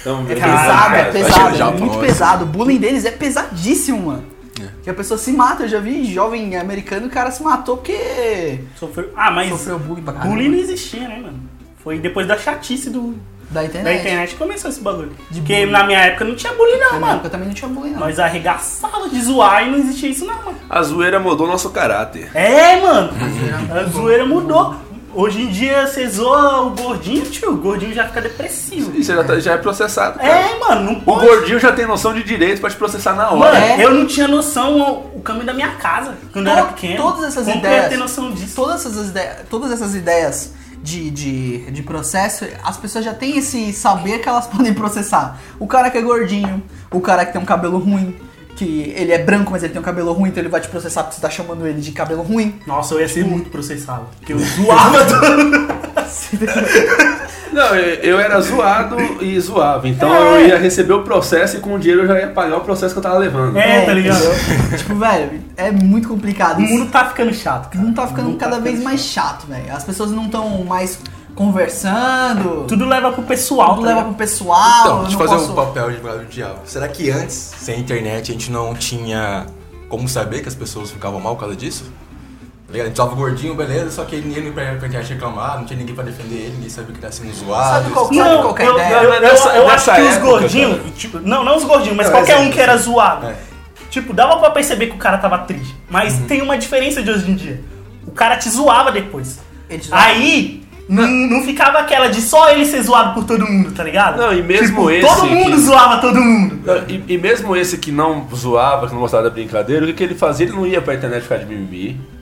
Então, É cara, pesado, é cara, pesado, no é Japão, muito assim. pesado. O bullying deles é pesadíssimo, mano. É. Que a pessoa se mata. Eu já vi jovem americano, o cara se matou porque Sofreu. Ah, mas sofreu um bullying pra caramba. bullying não existia, né, mano? Foi depois da chatice do, da internet. da internet né? que começou esse bagulho. É. De Porque bullying. na minha época não tinha bullying, não, Na época mano. Ah, eu também não tinha bullying, não. Nós arregaçava de zoar e não existia isso, não, mano. A zoeira mudou nosso caráter. É, mano. A zoeira mudou. Hoje em dia você zoa o gordinho, tio. O gordinho já fica depressivo. Isso já, tá- já é processado. cara. É, mano, não O né? pode. gordinho já tem noção de direito pra te processar na Mano, hora. É. eu não tinha noção o- o caminho da minha casa quando eu To- era pequeno. todas essas Como que Eu ideias- ia ter noção disso. Todas essas ideias, todas essas ideias de, de, de processo, as pessoas já têm esse saber que elas podem processar. O cara que é gordinho, o cara que tem um cabelo ruim, que ele é branco, mas ele tem um cabelo ruim, então ele vai te processar porque você tá chamando ele de cabelo ruim. Nossa, eu ia ser muito processado. Porque eu zoava todo Não, eu eu era zoado e zoava. Então É. eu ia receber o processo e com o dinheiro eu já ia pagar o processo que eu tava levando. É, tá ligado? entendeu? tipo, velho, é muito complicado. O mundo tá ficando chato, O cara. mundo tá ficando O mundo tá cada vez ficando mais chato, velho. As pessoas não estão mais conversando. Tudo leva pro pessoal. tudo tá leva ligado? pro pessoal. Então, Ah, eu deixa não eu fazer posso- um papel de advogado do diabo. Será que antes, sem internet, a gente não tinha como saber que as pessoas ficavam mal por causa disso? Tá ligado? A gente tava gordinho, beleza, só que ninguém pra pra internet reclamar, não tinha ninguém pra defender ele, ninguém sabia que ele tá sendo zoado. Sabe qual- Não, qualquer eu, ideia. eu- eu- Nessa- eu nessa acho que os época, gordinhos, tipo, não, não os gordinhos, mas Não, qualquer mas é um que assim, era zoado. É. Tipo, dava pra perceber que o cara tava triste. Mas Uhum. tem uma diferença de hoje em dia. O cara te zoava depois. Ele te zoava. Aí, não, não ficava aquela de só ele ser zoado por todo mundo, tá ligado? Não, e mesmo Tipo, esse. Todo mundo que- zoava todo mundo. Não, E, e mesmo esse que não zoava, que não gostava da brincadeira, o que, que ele fazia? Ele não ia pra internet ficar de mimimi.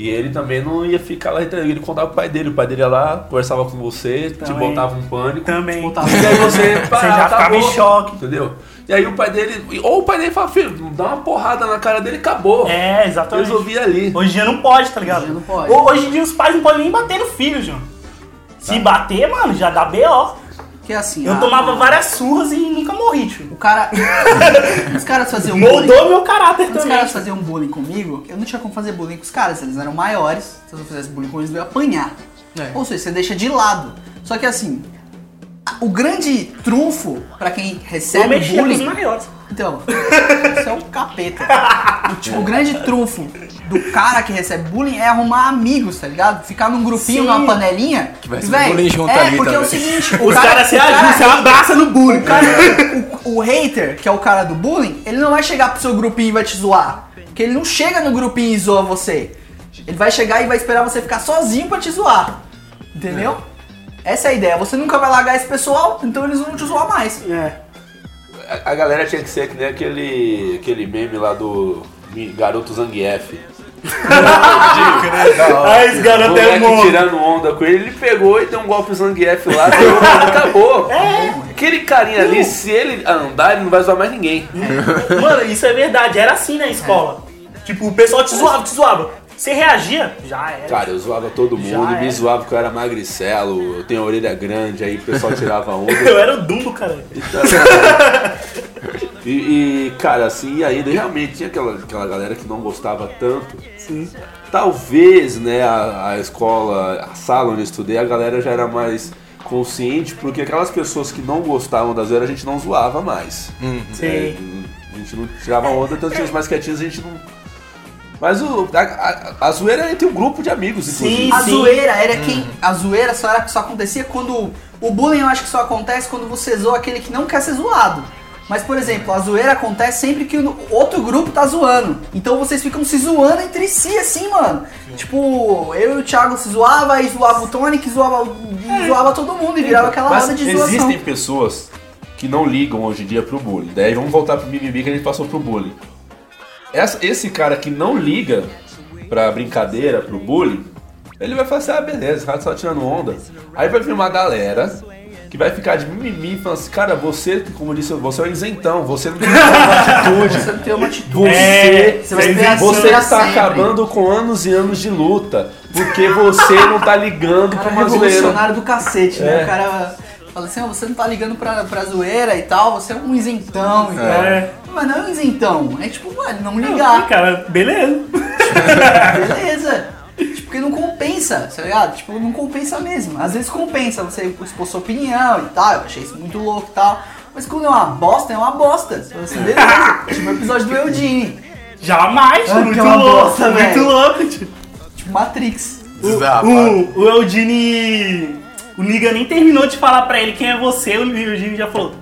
E ele também não ia ficar lá, ele contava pro pai dele. O pai dele ia lá, conversava com você, te Também. botava um pânico. Também. E aí você, parava, já ficava em acabou, choque. Entendeu? E aí o pai dele. Ou o pai dele fala, filho, dá uma porrada na cara dele e acabou. É, exatamente. Resolvi ali. Hoje em dia não pode, tá ligado? Hoje em dia não pode. Ho- Hoje em dia os pais não podem nem bater no filho, João. Se bater, mano, já dá B.O. Que é assim. Eu Tá. ah, tomava várias surras e nunca morri, tio. O cara. Os caras faziam bullying. Moldou meu caráter Quando os também. caras faziam bullying comigo, eu não tinha como fazer bullying com os caras. Eles eram maiores. Se eu fizesse bullying com eles, eu ia apanhar. É. Ou seja, você deixa de lado. Só que assim, a- o grande trunfo pra quem Eu recebe mexia com os bullying maiores. Então, isso é um capeta. O, tipo, o grande trunfo do cara que recebe bullying é arrumar amigos, tá ligado? Ficar num grupinho, Sim. numa panelinha. Que vai ser Véi, bullying junto É, ali porque é o também. seguinte, o Os cara, caras se o cara- ajudam, se abraça no bullying. o cara- o- o hater, que é o cara do bullying, ele não vai chegar pro seu grupinho e vai te zoar. Porque ele não chega no grupinho e zoa você. Ele vai chegar e vai esperar você ficar sozinho pra te zoar. Entendeu? Essa é a ideia. Você nunca vai largar esse pessoal, então eles vão te zoar mais. É. A, a galera tinha que ser que nem aquele, aquele meme lá do Mi- Garoto Zangief. Ah, esse o garoto é moleque monstro. tirando onda com ele, ele pegou e deu um golpe no Zangief lá, deu, um acabou. É. Aquele carinha ali, se ele andar, ele não vai zoar mais ninguém. Mano, isso é verdade, era assim na escola. É. Tipo, o pessoal te zoava, te zoava. Você reagia, já era. Tá. Cara, eu zoava todo mundo, Já me era. zoava porque eu era magricelo, eu tenho a orelha grande, aí o pessoal tirava onda. Eu era o Dumbo, cara. E, e, cara, assim, e ainda realmente tinha aquela, aquela galera que não gostava tanto. Sim. Talvez, né, a, a escola, a sala onde eu estudei, a galera já era mais consciente, porque aquelas pessoas que não gostavam da zoeira, a gente não zoava mais. É, Sim. a gente não tirava onda, tanto que os mais quietinhos a gente não... Mas o, a, a- a zoeira é entre um grupo de amigos, inclusive. A Sim. zoeira era quem. A zoeira só, era, só acontecia quando. O bullying eu acho que só acontece quando você zoa aquele que não quer ser zoado. Mas, por exemplo, a zoeira acontece sempre que o outro grupo tá zoando. Então vocês ficam se zoando entre si, assim, mano. Tipo, eu e o Thiago se zoava, e zoava o Tony, que zoava, e zoava todo mundo, e virava aquela roda de zoação. existem pessoas que não ligam hoje em dia pro bullying. Daí vamos voltar pro mimimi que a gente passou pro bullying. Essa- esse cara que não liga pra brincadeira, pro bullying, ele vai falar assim, ah, beleza, o cara só tirando onda. Aí vai vir uma galera que vai ficar de mimimi falando assim, cara, você, como eu disse, você é um isentão, você não tem uma atitude. Você não tem uma atitude. Você, É, você vai você, ter tá acesso sempre. acabando com anos e anos de luta, porque você não tá ligando cara pra uma zoeira. revolucionário do cacete, né? É. O cara fala assim, "Ah, você não tá ligando pra, pra zoeira e tal, você é um isentão e tal. É. Mas não é um isentão, é tipo, mano, não Não, ligar, cara, beleza. beleza. Tipo, porque não compensa, tá ligado? Tipo, não compensa mesmo. Às vezes compensa você expor sua opinião e tal, eu achei isso muito louco e tal. Mas quando é uma bosta, é uma bosta. Você fala assim, beleza, tipo o episódio do Eudine, Jamais, Ah, que muito é uma louco, bosta, muito velho. louco, tipo. tipo Matrix. Desaba. O, o Eudine. O Niga nem terminou de falar pra ele quem é você, o Eudine já falou.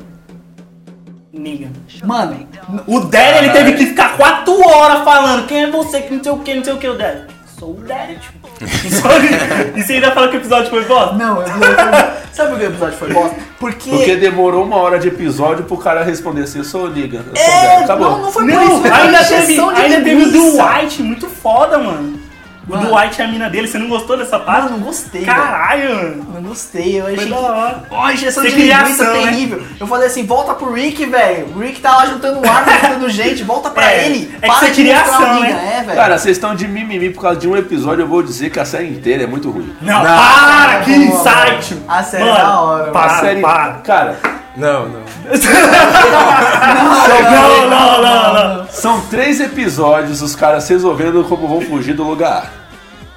Niga. Mano, O Daddy, ele teve que ficar quatro horas falando quem é você, que não sei o que, não sei o que, o Daddy. Sou o Daddy, tipo. E só- E você ainda fala que o episódio foi bosta? não, o episódio foi... Sabe por que o episódio foi bosta? Porque demorou uma hora de episódio pro cara responder assim, eu sou liga, eu sou É, velho, acabou. não, não foi por isso. Tá Não, foi ainda uma teve, injeção de ainda teve o linguiça. Dwight, muito foda, mano. O Mano. Dwight é a mina dele, você não gostou dessa Ah, eu parte? não gostei. velho. Caralho, mano. Não gostei, eu achei Foi que... da hora. Ó, injeção Tem de linguiça criação, né? terrível. Eu falei assim, volta pro Rick, velho. O Rick tá lá juntando ar, juntando gente, volta pra É, ele. é que para você de mostrar criação, a liga. né? É, velho. Cara, vocês estão de mimimi por causa de um episódio, eu vou dizer que a série inteira é muito ruim. Não, para, que Não, insight! mano. A série Mano, é da hora, Para, a série, para. cara, Não, não. é Não, não, não, não. são três episódios os caras resolvendo como vão fugir do lugar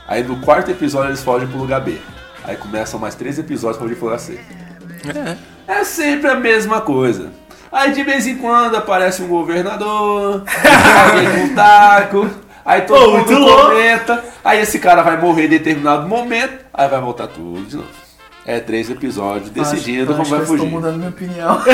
A. Aí no quarto episódio eles fogem pro lugar B. Aí começam mais três episódios pra fugir pro lugar C. É sempre a mesma coisa. Aí de vez em quando aparece um governador, alguém com um taco, aí todo Pô, muito mundo louco. comenta, aí esse cara vai morrer em determinado momento, aí vai voltar tudo de novo. É três episódios decidindo como vai Estou fugir. mudando minha opinião.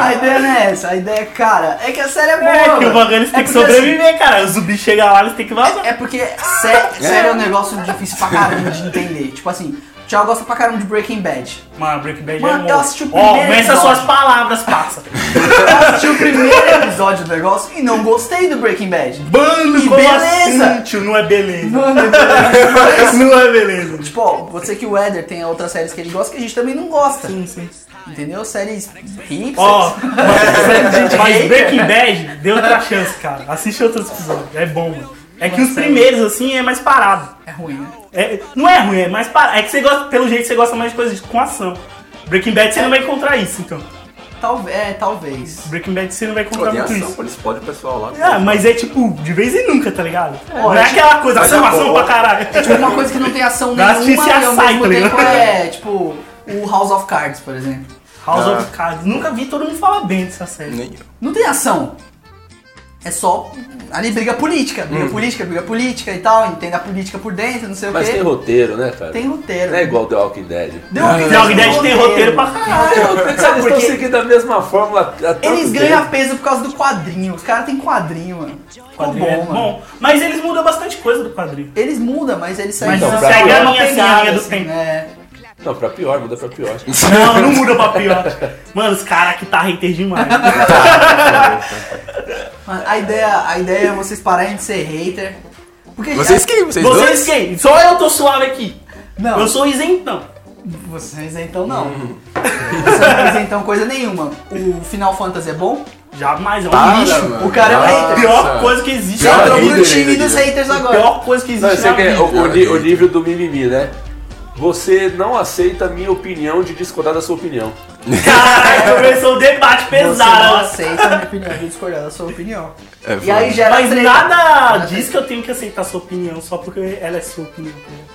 a ideia não é essa. A ideia, cara, é que a série é boa. É que velho. o bagulho eles têm que porque, assim, sobreviver, cara. Os zumbis chegam lá, eles têm que vazar. É porque sé- série é um negócio difícil pra caramba de entender. Tipo assim, o Thiago gosta pra caramba de Breaking Bad. Mano, Breaking Bad Mano, é bom. eu assisti o Ó, primeiro começa episódio. suas palavras, passa. Eu assisti o primeiro episódio do negócio e não gostei do Breaking Bad. Mano, Que como beleza. assim, tio? Não é beleza. Mano, eu tô- Não é beleza. Tipo, ó, pode ser que o Éder tenha outras séries que ele gosta que a gente também não gosta. Sim, sim. Entendeu? Séries hipsters. Ó, mas, Gente, mas hater. Breaking Bad deu outra chance, cara. Assiste outros episódios. É bom, mano. É que os primeiros, assim, é mais parado. É ruim, né? É- não é ruim, é mais parado. É que você gosta, pelo jeito, você gosta mais de coisas com ação. Breaking Bad você não vai encontrar isso, então. Talvez. É, talvez. Breaking Bad você não vai Pô, encontrar tem é muito ação, isso. pô, eles podem o pessoal lá. Ah, mas é tipo, de vez em nunca, tá ligado? não é é tipo- aquela coisa, ação, Mas é ação bom. pra caralho. É tipo uma coisa que não tem ação Dá nenhuma assistência e ao a tá mesmo Cycling, tempo né? é tipo o House of Cards, por exemplo. House Ah. of Cards. Nunca vi todo mundo falar bem dessa série. Nem Não tem ação. É só ali briga política, briga Hum. política, briga política e tal, entende a política por dentro, não sei Mas o tem quê. roteiro, né, cara? Tem roteiro. Não é igual The Walking Dead. The Walking The Walking Dead tem roteiro pra Ah, caralho. eu pensei que eles estão seguindo a mesma fórmula há tanto Eles tempo. ganham peso por causa do quadrinho. Os caras têm quadrinho, mano. Ficou Quadrinho é bom, mano. bom. Mas eles mudam bastante coisa do quadrinho. Eles mudam, mas eles seguem Mas Então, uma pra pegada, pior. Segue a linha, linha do assim, tempo. né? Não, pra pior, muda pra pior. Não, não muda pra pior. Mano, os caras aqui tá hater demais. Mas A ideia, a ideia é vocês pararem de ser hater. Porque Vocês quem? Vocês, Vocês dois? quem? Só eu tô suave aqui. Não. Eu sou isentão. Vocês então não. Hum. Vocês então coisa nenhuma. O Final Fantasy é bom? Jamais, é um Para, lixo. mano. O cara é um Nossa. A hater. pior coisa que existe. é Já Cara, entrou hater, no time hater, dos hater. haters A agora. pior coisa que Não, é- existe você na quer vida. o, o ni- o nível do mimimi, né? Você não aceita a minha opinião de discordar da sua opinião. Caralho, começou o debate Você não pesado. aceita a minha opinião, eu discordar da sua opinião. É, E aí gera Mas treta. nada diz que eu tenho que aceitar sua opinião só porque ela é sua opinião.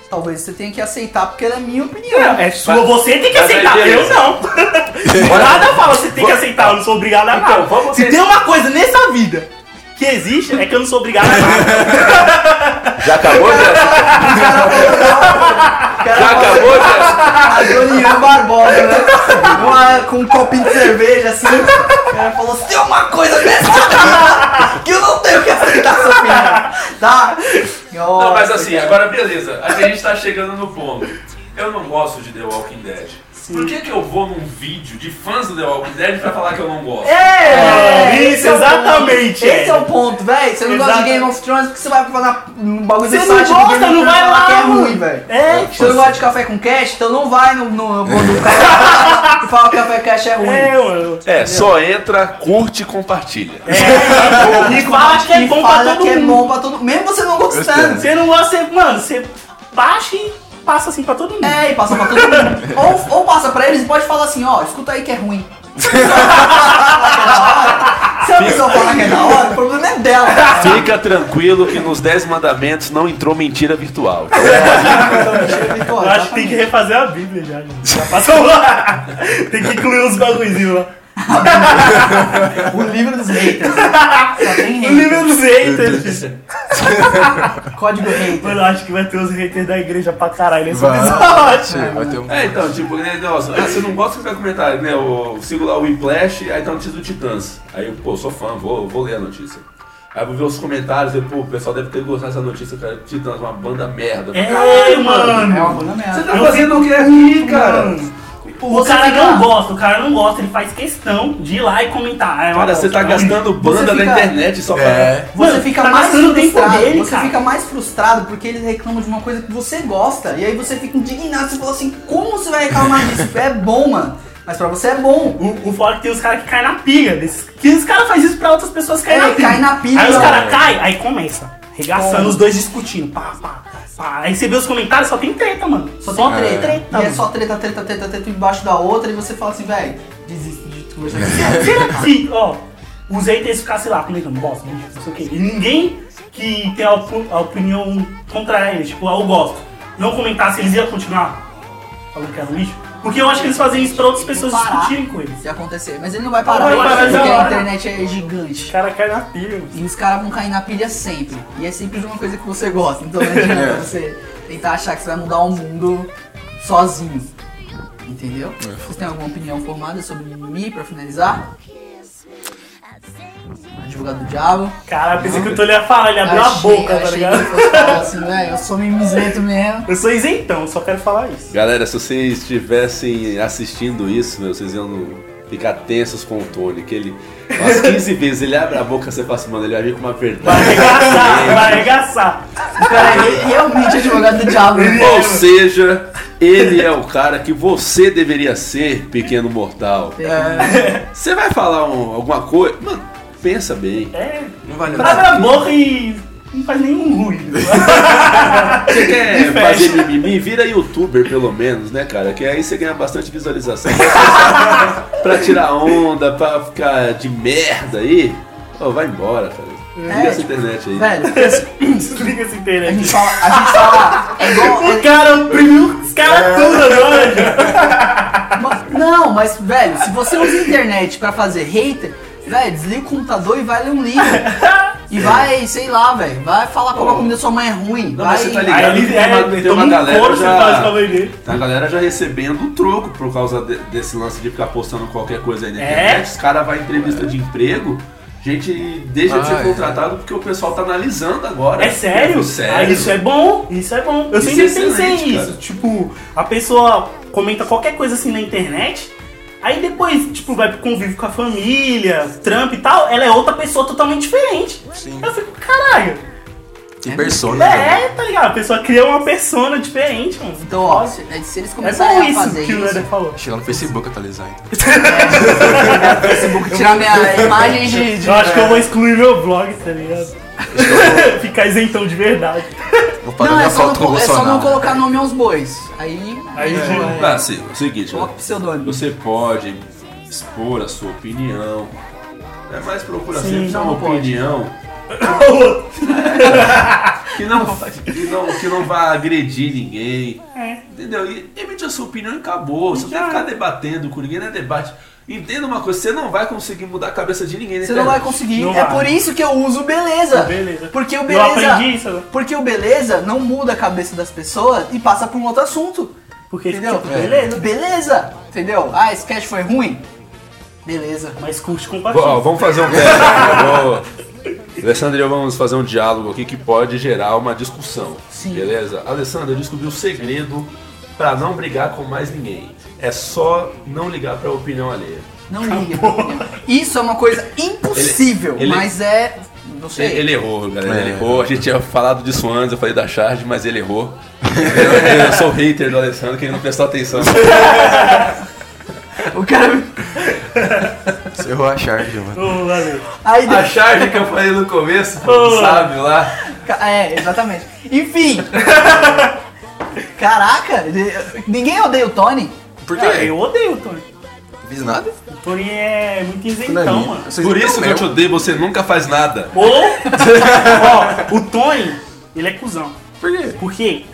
Talvez você tenha que aceitar porque ela é minha opinião. É sua, você tem que mas aí, aceitar, eu beleza. não. Nada fala você tem que aceitar, eu não sou obrigado a nada. Então, vamos Se ver- tem uma coisa nessa vida que existe, é que eu não sou obrigado a nada. Já acabou, Jéssica? Já acabou, né? Jéssica? A Dona Barbosa, né? Uma- com um copinho de cerveja assim. O cara falou: se tem uma coisa nessa vida que eu não tenho que aceitar sua opinião. Tá? Não, mas assim, agora beleza. A gente tá chegando no ponto. Eu não gosto de The Walking Dead. Por que, que eu vou num vídeo de fãs do The Walking Dead pra falar que eu não gosto? É, É, esse é o exatamente, ponto. Esse é é. o ponto, velho. Você não gosta Exato. de Game of Thrones porque você vai falar um bagulho Você do não site do gosta, Game of não vai Thrones lá, que é ruim, mano. velho. É, Você não gosta de café com cash? Então não vai no, no, no café e fala que café com cash é ruim. é, mano. É, só entra, curte e compartilha. É, e fala que é E bom pra fala todo que é mundo. bom pra todo mundo. Mesmo você não gostando. Você não gosta, você, mano, você baixa e passa assim pra todo mundo. É, e passa pra todo mundo. ou, ou passa pra eles e pode falar assim, ó, escuta aí que é ruim. Se a pessoa falar que é da hora, o problema é dela. Fica tranquilo que nos 10 mandamentos não entrou mentira virtual. tá Eu acho que tem que refazer a Bíblia já, gente. Já passou lá. tem que incluir uns bagulhozinhos lá. O livro dos haters. Só tem O hater. livro dos haters. Código hater. Mano, eu acho que vai ter os haters da igreja pra caralho nesse Vai. episódio. Vai ter um... É, então, tipo, né, nossa, ah, você não gosta que vai comentar, né? Eu sigo lá o Whiplash, aí tá a notícia do Titãs. Aí eu, pô, sou fã, vou, vou ler a notícia. Aí eu vou ver os comentários, eu, pô, o pessoal deve ter gostado dessa notícia, cara. Titãs, uma banda merda. É, mano. É uma coisa Você merda. tá fazendo o que aqui, cara? Mano, O cara não gosta, o cara não gosta, ele faz questão de ir lá e comentar. Ah, é uma Cara, você bosta, tá não. gastando banda fica- na internet só pra. É. Você Mano, fica tá mais gastando o tempo frustrado. dele, você cara. fica mais frustrado porque eles reclamam de uma coisa que você gosta. E aí você fica indignado. Você fala assim, como você vai reclamar disso? É bom, mano. Mas pra você é bom. O, o fora que tem os caras que caem na pilha. Desses, que os caras fazem isso pra outras pessoas caírem É, na pilha. cai na pilha, Aí os é. caras caem, aí começa. Regaçando, Toma. os dois discutindo. Pá, pá, pá. Aí você vê os comentários, só tem treta, mano. Só tem treta. treta, E é mano. só treta, treta, treta, treta embaixo da outra. E você fala assim, velho, desiste de é conversar com É. esse cara. Será que se, ó, os haters ficassem lá comentando, bosta, não sei o quê. E ninguém que tem a, opo- a opinião contra eles, tipo, ah, eu gosto, não comentasse, eles iam continuar falando que era um lixo? Porque eu acho que eles fazem isso pra outras pessoas Parar. discutirem com eles. Se acontecer. Mas ele não vai parar, Não vai parar, porque não. a internet é gigante. Os caras caem na pilha. mano. E os caras vão cair na pilha sempre. E é sempre de uma coisa que você gosta. Então não adianta você tentar achar que você vai mudar o mundo sozinho. Entendeu? Vocês têm alguma opinião formada sobre mimimi pra finalizar? Advogado do diabo. Cara, eu pensei que o Tolho ia falar, ele abriu a Achei- boca, tá achei ligado? que você fosse falar assim, né? Eu sou mimizento mesmo. Eu sou isentão, só quero falar isso. Galera, se vocês estivessem assistindo isso, meu, vocês iam ficar tensos com o Tony, que ele. Umas 15 vezes ele abre a boca você fala assim, mano, ele vai vir com uma Vai verdade. arregaçar, vai arregaçar. Cara, ele é realmente advogado do diabo. né? é. Ou seja, ele é o cara que você deveria ser, pequeno mortal. É. Você vai falar um- alguma coisa? Mano, pensa bem. É, Não vale abre a boca e não faz nenhum ruído. Você quer E fazer fecha. mimimi? Vira youtuber, pelo menos, né, cara? Que aí você ganha bastante visualização. pra tirar onda, pra ficar de merda aí. Ô, vai embora, cara. Liga É, essa tipo, internet aí. Velho, Desliga essa a internet. gente fala. A gente fala. É igual. É. O cara oprimiu os caras tudo agora, gente. Mano, Não, mas, velho, se você usa a internet pra fazer hater, velho, desliga o computador e vai ler um livro. E vai, sei lá, velho, vai falar como a comida da sua mãe é ruim. Não, vai... mas você tá Aí ligado? ele que tem é, uma, tem uma toma um couro galera você faz já... pra vender. Tem uma Tá galera já recebendo um troco por causa de- desse lance de ficar postando qualquer coisa aí na É? internet. Os caras vão em entrevista de emprego, gente deixa de Ah, ser é. contratado porque o pessoal tá analisando agora. É sério? um Sério. Ah, isso é bom, isso é bom. Eu Isso sempre é pensei excelente, nisso. cara. Tipo, a pessoa comenta qualquer coisa assim na internet, aí depois, tipo, vai pro convívio com a família, trampo e tal, ela é outra pessoa totalmente diferente. Sim. Eu fico, caralho. Tem persona. né? É, tá ligado? A pessoa cria uma persona diferente, mano. Então, ó, se, se eles É só começarem a isso fazer que o isso, Leder falou. Chegar no Facebook atualizar. Então. Facebook tirar minha imagem de. de- Eu acho que eu vou excluir meu blog, tá ligado? Ficar isentão de verdade. Vou parar Não, é minha só foto com o não, é só não Bolsonaro. colocar nome aos bois. Aí. Aí é, Ah, sim, é o seguinte, coloca né? pseudônimo. você pode expor a sua opinião. É mais procura Sim, sempre ser uma não pode. opinião que não, que não que não vá agredir ninguém. É. Entendeu? E emite a sua opinião e acabou. Você não Já. tem que ficar debatendo com ninguém, não é debate. Entenda uma coisa, você não vai conseguir mudar a cabeça de ninguém. né? na Você não vai internet. conseguir. Não é vai. por isso que eu uso beleza. Beleza. Porque o Eu beleza. aprendi isso agora. Porque o beleza não muda a cabeça das pessoas e passa pra um outro assunto. Porque, Entendeu? tipo, beleza. Beleza. Entendeu? Ah, esse cast foi ruim? Beleza. Mas curte e Ó, compartilha. vamos fazer um teste. Eu vou- Alessandra e eu vamos fazer um diálogo aqui que pode gerar uma discussão. Sim. Beleza? Alessandra, eu descobri o segredo pra não brigar com mais ninguém. É só não ligar pra opinião alheia. Não liga. pra opinião. Isso é uma coisa impossível, Ele- ele- mas é. Não sei. Ele, ele errou, galera. Ele É. errou. A gente tinha falado disso antes, eu falei da charge, mas ele errou. Eu, eu sou hater do Alessandro, quem não prestou atenção. O cara. Você errou a charge, mano. Ô, valeu. Aí A charge que eu falei no começo, Ah. sabe lá? Ca- É, exatamente. Enfim. Caraca, ele- ninguém odeia o Tony. Por É. Ah, quê? eu odeio o Tony. Não fiz nada? O Tony é muito Não é isentão, minha. mano. Vocês Por não isso que eu meu. te odeio, você nunca faz nada. Ou, ó, o Tony, ele é cuzão. Por quê? Por quê?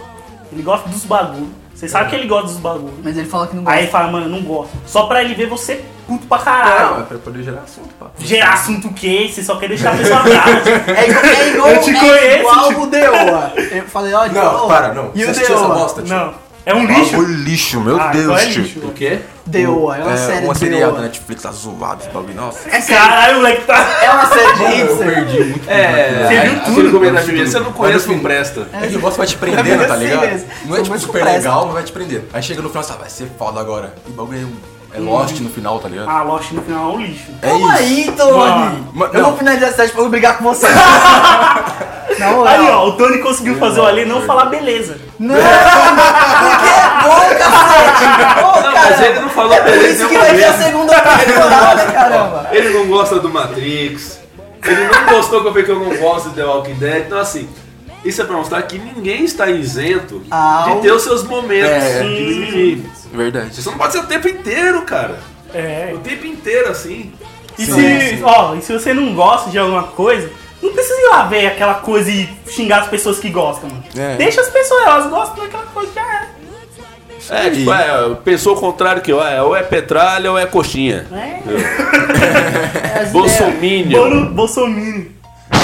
Ele gosta dos bagulho. Você sabe que ele gosta dos bagulho. né? Mas ele fala que não Aí ele gosta. fala, mano, não gosto. Só pra ele ver você puto pra Não, caralho. é pra poder gerar assunto, pá. Gerar assunto que você só quer deixar a pessoa brava. tipo, É, igual- é igual, Eu te é conheço, igual tipo- o Deoa. Eu falei, ó, Não, Deoa. para, não. E Você o assistiu essa Deoa? bosta, tio? Não. É um lixo. O lixo, meu Ah, então Deus, é tio. lixo. O quê? Deoa, é uma É, série uma de serial da Deoa. Netflix, tá zoado esse bagulho. Nossa. É sério, Caralho, moleque tá. é uma série de hipster. perdi muito. É, Você viu aí, tudo. aquele comentário de Você não Mas conhece, no não fim- presta. É que o negócio vai te prendendo, Eu tá sei ligado? mesmo. Não Sou é muito tipo super pressa. legal, mas vai te prender. Aí chega no final, sabe, vai ser foda agora. E o bagulho é, é Lost no final, tá ligado? Ah, Lost no final é um lixo. É Calma isso. aí, Tony. Mano, mas- eu não. vou finalizar essa teste pra eu brigar com você. Na moral. Aí, ó, o Tony conseguiu fazer o Ale não falar beleza. Não, porque é bom, cacete. Ô, Não, mas caramba. ele não falou É por beleza isso em que nenhum vai ter a momento. segunda temporada, né, caramba. Ele não gosta do Matrix. Ele não gostou que eu falei que eu não gosto de The Walking Dead. Então, assim, isso é pra mostrar que ninguém está isento Ao- de ter os seus momentos. É. de- Verdade. Isso não pode ser o tempo inteiro, cara. É. O tempo inteiro, assim. E se, ó, e se você não gosta de alguma coisa, não precisa ir lá ver aquela coisa e xingar as pessoas que gostam, mano. É. Deixa as pessoas, elas gostam daquela coisa, já era. É, tipo, é, pensou o contrário que eu. É, ou é petralha ou é coxinha. né? É. Bolsominion. Bolo- Bolsominion.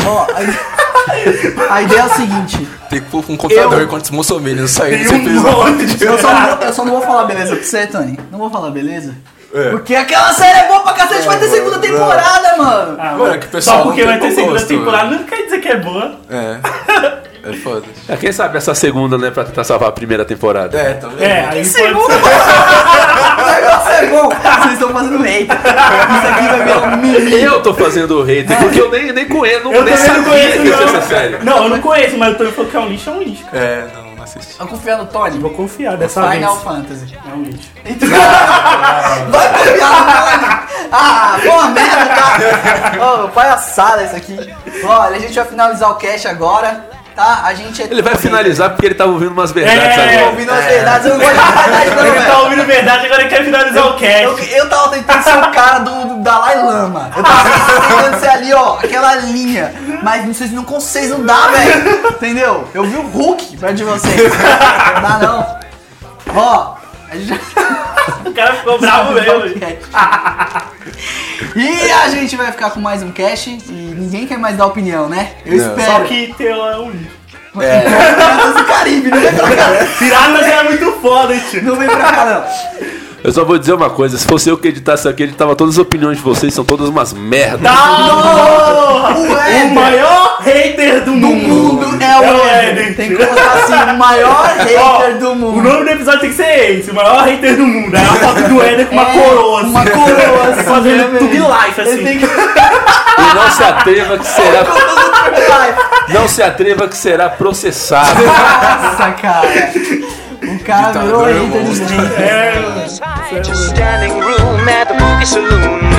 Ó, a, a ideia é o seguinte: Tem que pôr um computador contra os muçulmanos sair desse episódio. monte de eu só, não, vou- eu só não vou falar beleza pra você, Tony. Não vou falar beleza. É. Porque aquela série é boa pra cacete, vai ter segunda temporada, mano. Ah, Mano, mano, que pessoal Só porque não vai tem ter bom segunda gosto, temporada não quer dizer que é boa. É. É foda. É, quem sabe essa segunda, né, pra tentar salvar a primeira temporada. É, tá vendo? É, aí pode Segunda temporada! O negócio é bom! Vocês estão fazendo hate. Isso aqui vai virar um mini. Eu tô fazendo o hater, porque eu nem, nem conheço, Eu nem também não sabia conheço, que ia ser não. essa série. Não, eu não conheço, mas o Tony falou que é um lixo, é um lixo. cara. É, não, não assisti. Eu confio no Tony. Vou confiar dessa vez. Final Fantasy. É um lixo. Então- vai confiar no Tony! Ah, boa merda, tá? Ô, palhaçada isso aqui. Olha, a gente vai finalizar o cast agora, tá? A gente é Ele vai tudo finalizar porque ele tava ouvindo umas verdades É. agora. ouvindo as verdades, eu não gosto de verdade, não, Ele tá velho. ouvindo verdade, agora ele quer finalizar o Eu, cast. eu tava tentando ser o cara do, do Dalai Lama. Eu tava tentando ser ali, ó, aquela linha. Mas não- vocês não conseguem, vocês não dá, velho. Entendeu? Eu vi o Hulk perto de vocês. Não dá, não. Ó, a gente já... O cara ficou bravo mesmo. E a gente vai ficar com mais um cash e ninguém quer mais dar opinião, né? Eu Não. espero. Só que teu é um lixo. Piratas do Caribe, não vem pra cá. Piratas é muito foda, tio. Não vem pra cá, Eu só vou dizer uma coisa, se fosse eu que editasse aqui, editava todas as opiniões de vocês, são todas umas merdas. Tá, não. O o Éder maior hater do do mundo. mundo é o Éder. Tem que botar assim, o maior hater do O mundo. nome do episódio tem que ser esse, o maior hater do mundo. Aí a foto do Éder com uma É, coroa. assim. Uma coroa, assim, Fazendo né, tube velho? life, assim. Ele tem que E não se atreva que será, Nossa, não se atreva que será processado. cara. O cara Ditador virou hater de monstro. gente. É, Just standing room at the boogie saloon.